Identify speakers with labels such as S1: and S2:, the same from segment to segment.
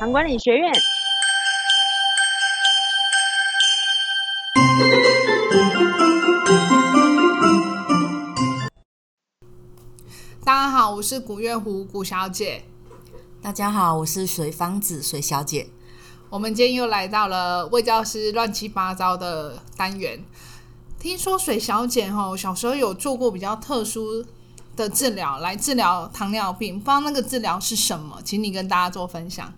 S1: 唐管理学院。
S2: 大家好，我是古月湖古小姐。
S3: 大家好，我是随芳子随小姐。
S2: 我们今天又来到了魏教师乱七八糟的单元。听说水小姐吼，小时候有做过比较特殊的治疗，来治疗糖尿病，不知道那个治疗是什么，请你跟大家做分享。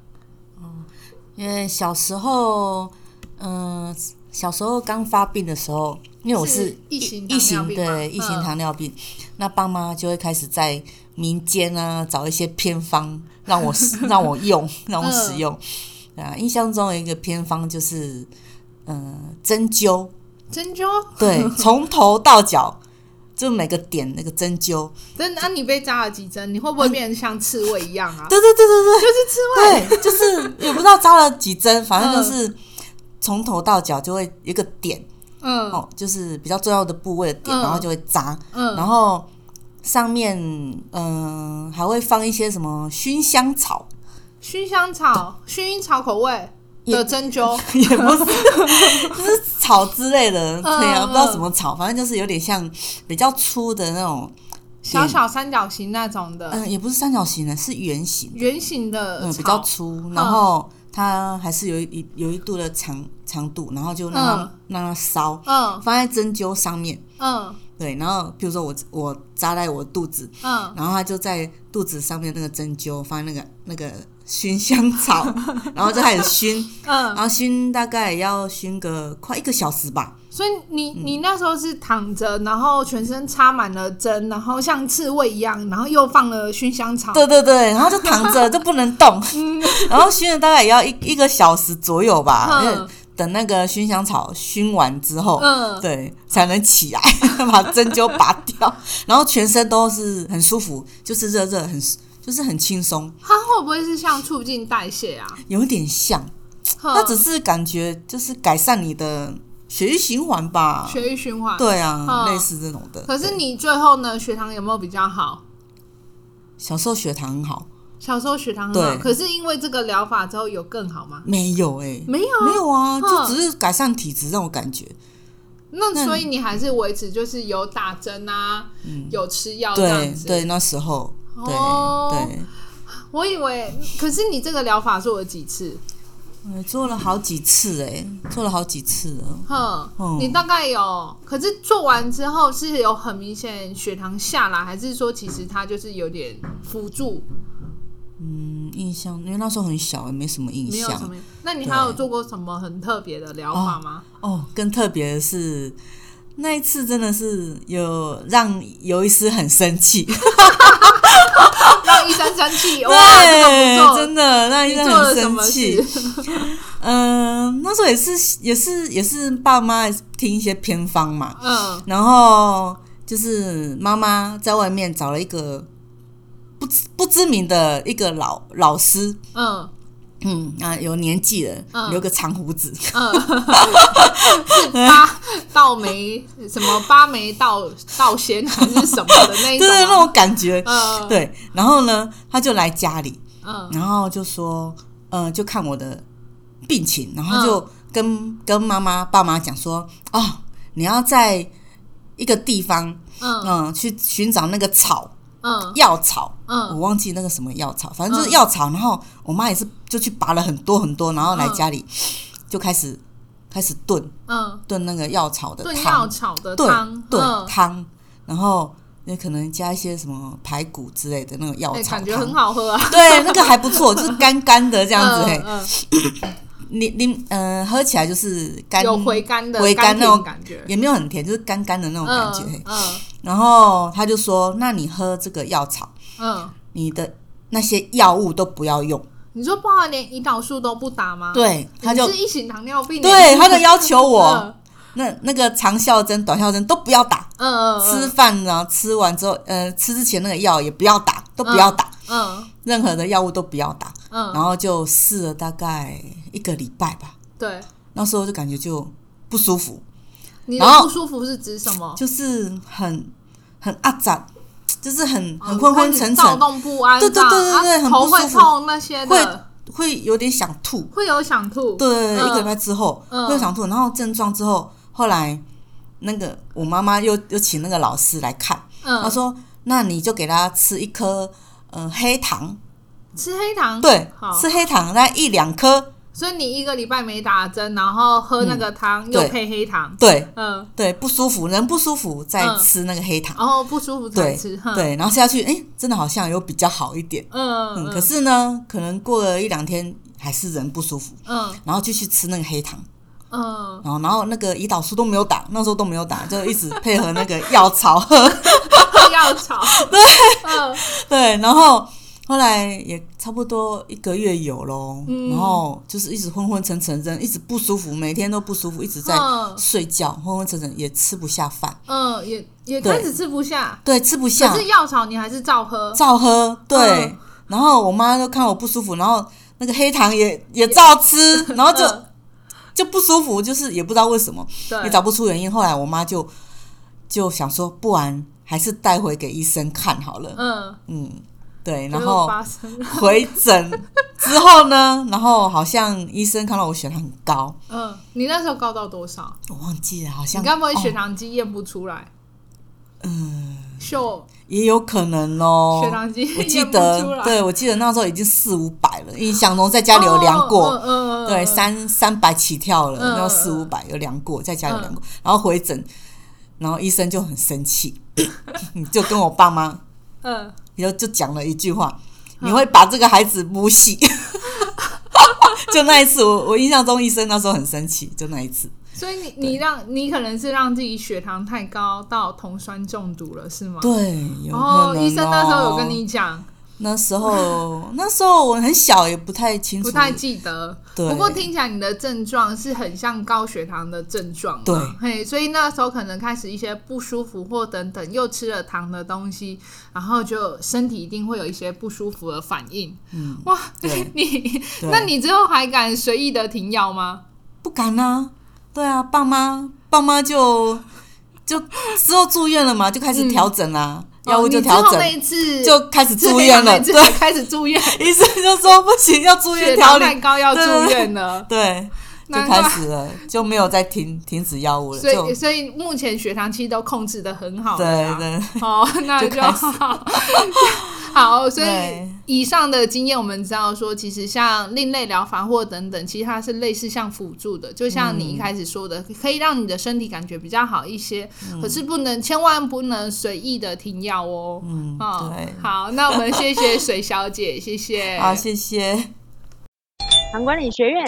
S3: 因为小时候，嗯、小时候刚发病的时候，因为我
S2: 是
S3: 是
S2: 一型
S3: 一
S2: 糖
S3: 型
S2: 尿病吗
S3: 对一型
S2: 嗯
S3: 糖尿病，那爸妈就会开始在民间啊找一些偏方让我 让我
S2: 嗯
S3: 用，让我使用。对啊，印象中有一个偏方就是，嗯，针灸，
S2: 针灸，
S3: 对，从头到脚，就每个点那个针灸，
S2: 真的？那、你被扎了几针？你会不会变得像刺猬一样 啊？
S3: 对对对对对，
S2: 就是刺猬，
S3: 对，就是也不知道扎了几针，反正就是从头到脚就会有一个点
S2: 嗯
S3: 哦，就是比较重要的部位的点，
S2: 嗯
S3: 然后就会扎，
S2: 嗯，
S3: 然后上面嗯、还会放一些什么熏香草，
S2: 熏香草、薰衣草口味的针灸，
S3: 嗯也不是就是草之类的，对啊，
S2: 嗯
S3: 不知道什么草，反正就是有点像比较粗的那种，
S2: 小小三角形那种的，
S3: 嗯、也不是三角形的，是圆形，
S2: 圆形的呃草，嗯
S3: 嗯，比较粗，然后。它还是有一有一度的长长度，然后就让它、
S2: 嗯
S3: 让它烧，
S2: 嗯
S3: 放在针灸上面，
S2: 嗯
S3: 对，然后比如说我我扎在我肚子，
S2: 嗯，
S3: 然后它就在肚子上面那个针灸放那个那个熏香草， 然后就开始熏，然
S2: 嗯，
S3: 后熏大概也要熏个快一个小时吧，
S2: 所以你你那时候是躺着，然后全身插满了针，然后像刺猬一样，然后又放了熏香草，
S3: 对对对，然后就躺着就不 能动，
S2: 嗯
S3: 然后熏了大概也要一一个小时左右吧，因
S2: 嗯
S3: 为等那个熏香草熏完之后，
S2: 嗯
S3: 对，才能起来， 把针灸拔掉，然后全身都是很舒服，就是热热很就是很轻松，
S2: 它会不会是像促进代谢啊？
S3: 有点像。嗯
S2: 哦
S3: 那只是感觉就是改善你的血液循环吧
S2: 哼。血液循环。。
S3: 对啊，
S2: 嗯
S3: 类似这种的。
S2: 可是
S3: 对
S2: 你最后呢，血糖有没有比较好？
S3: 小时候血糖很好，
S2: 小时候血糖很好，
S3: 对
S2: 可是因为这个疗法之后有更好吗？
S3: 没有哎、
S2: 没有啊
S3: 没有啊，
S2: 嗯
S3: 就只是改善体质让我感觉。嗯
S2: 那
S3: 那
S2: 所以你还是维持就是有打针啊，有吃药这样
S3: 嗯对
S2: 子。
S3: 对，那时候对、
S2: 哦
S3: 对，
S2: 我以为，可是你这个疗法做了几次？
S3: 我哎做了好几次哎、做了好几次了。
S2: 哼，
S3: 嗯
S2: 你大概有，可是做完之后是有很明显血糖下来，还是说其实它就是有点辅助，
S3: 嗯，印象因为那时候很小，没什么印
S2: 没有什
S3: 象
S2: 么？那你还有做过什么很特别的疗法吗？
S3: 哦。更特别的是，那一次真的是有让尤医师很生气。
S2: 让医生生气，哇，这
S3: 对，
S2: 个不错，
S3: 真的让医
S2: 你
S3: 生
S2: 做了
S3: 很
S2: 什
S3: 生
S2: 么
S3: 气。
S2: 事？
S3: 嗯，那时候也是也是也是爸妈听一些偏方嘛，
S2: 嗯
S3: 然后就是妈妈在外面找了一个不知不知名的一个老老师，
S2: 嗯
S3: 嗯啊有年纪了，
S2: 嗯
S3: 留个长胡子，
S2: 嗯，是八道梅什么八梅道道仙还是什么的那一
S3: 就
S2: 种
S3: 是那
S2: 吗？
S3: 种感觉。
S2: 嗯
S3: 对，然后呢，他就来家里，
S2: 嗯
S3: 然后就说，呃，就看我的病情，然后
S2: 嗯
S3: 就跟、跟妈妈、爸妈讲说，哦，你要在一个地方，
S2: 嗯
S3: 嗯、去寻找那个草
S2: 嗯
S3: 药草，我
S2: 嗯
S3: 忘记那个什么药草，反正就是药草。然后我妈也是就去拔了很多很多，然后来家里就开始开始炖
S2: 嗯，
S3: 炖那个药草的
S2: 炖药
S3: 汤，
S2: 草的汤
S3: 炖，炖
S2: 嗯
S3: 汤，然后也可能加一些什么排骨之类的那种药
S2: 哎，
S3: 草
S2: 感觉
S3: 汤
S2: 很。好喝啊，
S3: 对，那个还不错，就是干干的这
S2: 这
S3: 样子，嘿，
S2: 嗯
S3: 你你呃，喝起来就是
S2: 嗯
S3: 干，
S2: 有回甘的
S3: 回甘
S2: 甘
S3: 那
S2: 甜
S3: 种
S2: 感觉，
S3: 也没有很甜，就是干干的那种感觉。嘿
S2: 嗯嗯
S3: 然后他就说：“那你喝这个药草，
S2: 嗯，
S3: 你的那些药物都不要用。
S2: 你说包含连胰岛素都不打吗？，
S3: 对，他就
S2: 啊你是一型糖尿病耶，
S3: 对他就要求我，
S2: 嗯
S3: 那那个长效针、短效针都不要打，
S2: 嗯嗯
S3: 吃饭呢吃完之后，呃，吃之前那个药也不要打，都不要打，
S2: 嗯
S3: 任何的药物都不要打。
S2: 嗯，
S3: 然后就试了大概一个礼拜吧，
S2: 对，
S3: 那时候就感觉就不舒服。
S2: 你
S3: 然
S2: 的
S3: 后
S2: 不舒服是指什么？
S3: 就是很很阿展，就是很
S2: 哦
S3: 很昏昏沉
S2: 开始躁
S3: 沉，
S2: 动不安
S3: 对
S2: 这
S3: 对
S2: 样，
S3: 对对对
S2: 啊
S3: 很
S2: 头
S3: 不舒
S2: 会
S3: 服
S2: 痛那些
S3: 会
S2: 的，
S3: 会有点想吐，
S2: 会有想吐，
S3: 对，
S2: 嗯
S3: 一个礼拜之后、
S2: 嗯
S3: 会有想吐，然后症状之后，后来那个我妈妈又又请那个老师来看，她
S2: 嗯，
S3: 说那你就给他吃一颗呃黑糖，
S2: 吃黑糖，
S3: 对
S2: 嗯好，
S3: 吃黑糖那一两颗，
S2: 所以你一个礼拜没打针，然后喝那个汤又
S3: 对
S2: 配黑糖，
S3: 对
S2: 嗯，
S3: 对，不舒服，人不舒服再
S2: 嗯
S3: 吃那个黑糖，
S2: 然后不舒服才
S3: 对
S2: 吃，嗯哼，
S3: 对，然后吃下去，哎，真的好像有比较好一点，
S2: 嗯，
S3: 嗯，
S2: 嗯，
S3: 可是呢，可能过了一两天还是人不舒服，
S2: 嗯
S3: 然后继续吃那个黑糖，
S2: 嗯，
S3: 然后然后那个胰岛素都没有打，那时候都没有打，就一直配合那个药草 喝，
S2: 喝药 草，对，嗯
S3: 对，然后后来也差不多一个月有咯，
S2: 嗯
S3: 然后就是一直昏昏沉沉的，一直不舒服，每天都不舒服，一直在
S2: 嗯
S3: 睡觉，昏昏沉沉也吃不下饭，
S2: 嗯，也也
S3: 对
S2: 开始吃不下，
S3: 对，吃不
S2: 可
S3: 下，
S2: 是药草你还是照喝，
S3: 照喝，对，
S2: 嗯
S3: 然后我妈就看我不舒服，然后那个黑糖也也照吃，然后就。
S2: 嗯
S3: 就不舒服，就是也不知道为什么，也
S2: 对，
S3: 找不出原因。后来我妈就就想说，不然还是带回给医生看好了。
S2: 嗯，
S3: 嗯，
S2: 结
S3: 对，然
S2: 果
S3: 后
S2: 发生了，
S3: 回诊之后呢，然后好像医生看到我血糖很高，
S2: 嗯，你那时候高到多少？
S3: 我忘记了，好像
S2: 你该不会血
S3: 哦、
S2: 糖机验不出来？嗯，秀
S3: 也有可能哦。
S2: 血糖机
S3: 我记
S2: 验不出
S3: 得，
S2: 来，
S3: 对我记得那时候已经四五百了，印象中在家里有量过，
S2: 哦，嗯嗯，嗯
S3: 对，，三三百起跳了，
S2: 嗯
S3: 然后四五百有量过，在家有量过，然后回诊，然后医生就很生气， 你就跟我爸妈，
S2: 嗯，
S3: 然后就讲了一句话，你会把这个孩子 母洗。 就那一次，我我印象中医生那时候很生气，就那一次，
S2: 所以你你让你可能是让自己血糖太高到酮酸中毒了，是吗？
S3: 对，有可能、
S2: 哦，医生那时候有跟，你讲，
S3: 那时候 那时候我很小，也不太清楚，
S2: 不太记得。
S3: 对
S2: 不过听起来你的症状是很像高血糖的症状嘛，
S3: 对
S2: 嘿，所以那时候可能开始一些不舒服或等等，又吃了糖的东西，然后就身体一定会有一些不舒服的反应。
S3: 嗯，
S2: 哇，
S3: 对
S2: 你
S3: 对
S2: 那你之后还敢随意的停药吗？
S3: 不敢啊，对啊，爸妈爸妈就就之后住院了嘛，就开始调整啦、药物
S2: 哦
S3: 就
S2: 你之
S3: 调
S2: 后
S3: 整，
S2: 那一次
S3: 就开始住院了。
S2: 之后，
S3: 对
S2: 那一次开始住院，
S3: 医生就说不行，要住院
S2: 血
S3: 调
S2: 糖
S3: 理
S2: 太，高要住
S3: 对对对
S2: 院了。
S3: 对，就
S2: 难怪
S3: 开始了，就没有再停停止药物了，
S2: 所
S3: 就
S2: 以，所以目前血糖期都控制的很好了
S3: 对
S2: 啦。
S3: 对
S2: 哦，那
S3: 就
S2: 就
S3: 开始
S2: 好。 好，所以
S3: 对
S2: 以上的经验，我们知道说，其实像另类疗法或等等，其实它是类似像辅助的，就像你一
S3: 嗯
S2: 开始说的，可以让你的身体感觉比较好一些，
S3: 嗯
S2: 可是不能，千万不能随意的停药哦。嗯哦
S3: 对，
S2: 好，哎那我们谢谢水小姐，谢谢，
S3: 好，谢谢。
S1: 糖管理学院